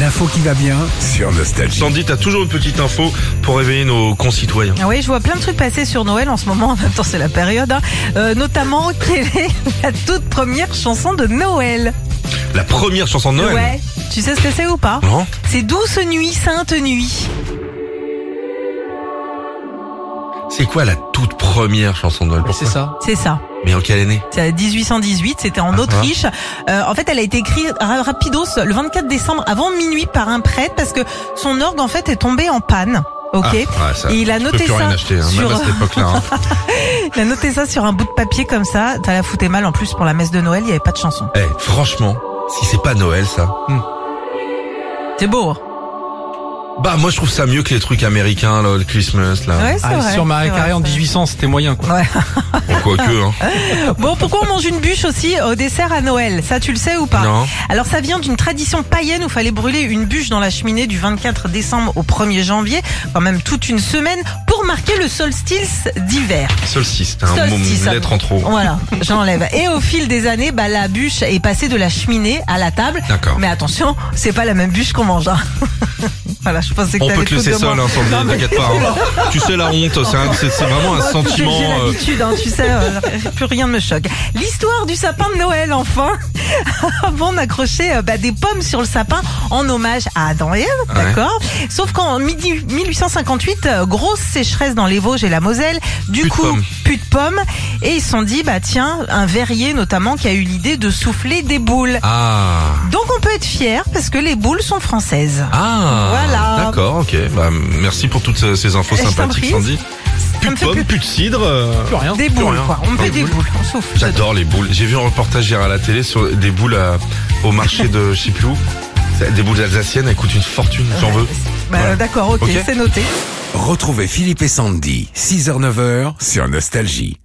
L'info qui va bien sur Nostalgie. Sandy, t'as toujours une petite info pour réveiller nos concitoyens. Ah oui, je vois plein de trucs passer sur Noël en ce moment, en même temps c'est la période, hein. Euh, notamment quelle est la toute première chanson de Noël La première chanson de Noël Ouais, tu sais ce que c'est ou pas Non C'est Douce Nuit, Sainte Nuit. C'est quoi la toute première chanson de Noël C'est Pourquoi ça. C'est ça, Mais en quelle année c'est à 1818, c'était en Ah, Autriche. Euh, en fait, elle a été écrite ra- rapidos le 24 décembre avant minuit par un prêtre parce que son orgue en fait est tombé en panne. Ok. Ah, ouais, ça, Et il a tu noté peux plus rien ça acheter, hein, sur- euh, même à cette époque-là. hein. Il a noté ça sur un bout de papier comme ça. T'as la fouté mal en plus pour la messe de Noël, il n'y avait pas de chanson. Eh, franchement, si c'est pas Noël, ça. C'est beau. hein Bah, moi, je trouve ça mieux que les trucs américains, là, le Christmas, là. Ouais, c'est Ah, vrai, sur c'est Marie vrai, Carré en c'est vrai. Ah, 1800, c'était moyen quoi. Bon, quoique, hein. Bon, pourquoi on mange une bûche aussi euh, au dessert à Noël Ça, tu le sais ou pas Non. Alors, ça vient d'une tradition païenne où fallait brûler une bûche dans la cheminée du 24 décembre au 1er janvier, quand même toute une semaine, pour marquer le solstice d'hiver. Solstice, t'as un Solstice, mot- ça. hein, lettre en trop. Voilà, j'enlève. Et au fil des années, bah, la bûche est passée de la cheminée à la table. D'accord. Mais attention, c'est pas la même bûche qu'on mange. hein. voilà, je pensais que On t'avais peut te tout laisser de moi. seul, hein, Sandy, Non, mais- t'inquiète pas. hein. tu sais la honte, c'est un- c'est c'est vraiment un Oh, j'ai- sentiment. J'ai euh, l'habitude, hein, tu sais, euh, plus rien ne me choque. L'histoire du sapin de Noël, enfin. Avant d'accrocher euh, bah, des pommes sur le sapin en hommage à Adam et Ève, d'accord Sauf qu'en midi- 1858, euh, grosse sécheresse dans les Vosges et la Moselle. Du Plus de coup, pommes. plus de pommes. Et ils se sont dit, bah tiens, un verrier notamment qui a eu l'idée de souffler des boules. Ah. Donc on peut être fier parce que les boules sont françaises. Ah. Voilà. D'accord, ok. Bah, merci pour toutes ces- ces infos Je t'en sympathiques, prie. Sandy. Ça Ah, Plus me de fait pommes, plus- plus de cidre. euh, Plus rien. Des plus boules, rien. Ah quoi. On Pas fait de des boules. boules, on souffle. J'adore les boules. J'ai vu un reportage hier à la télé sur des boules à- au marché de je sais plus où. C'est- Des boules alsaciennes, elles coûtent une fortune, j'en veux. Bah, Voilà. D'accord, Ok. ok, c'est noté. Retrouvez Philippe et Sandy, 6h-9h sur Nostalgie.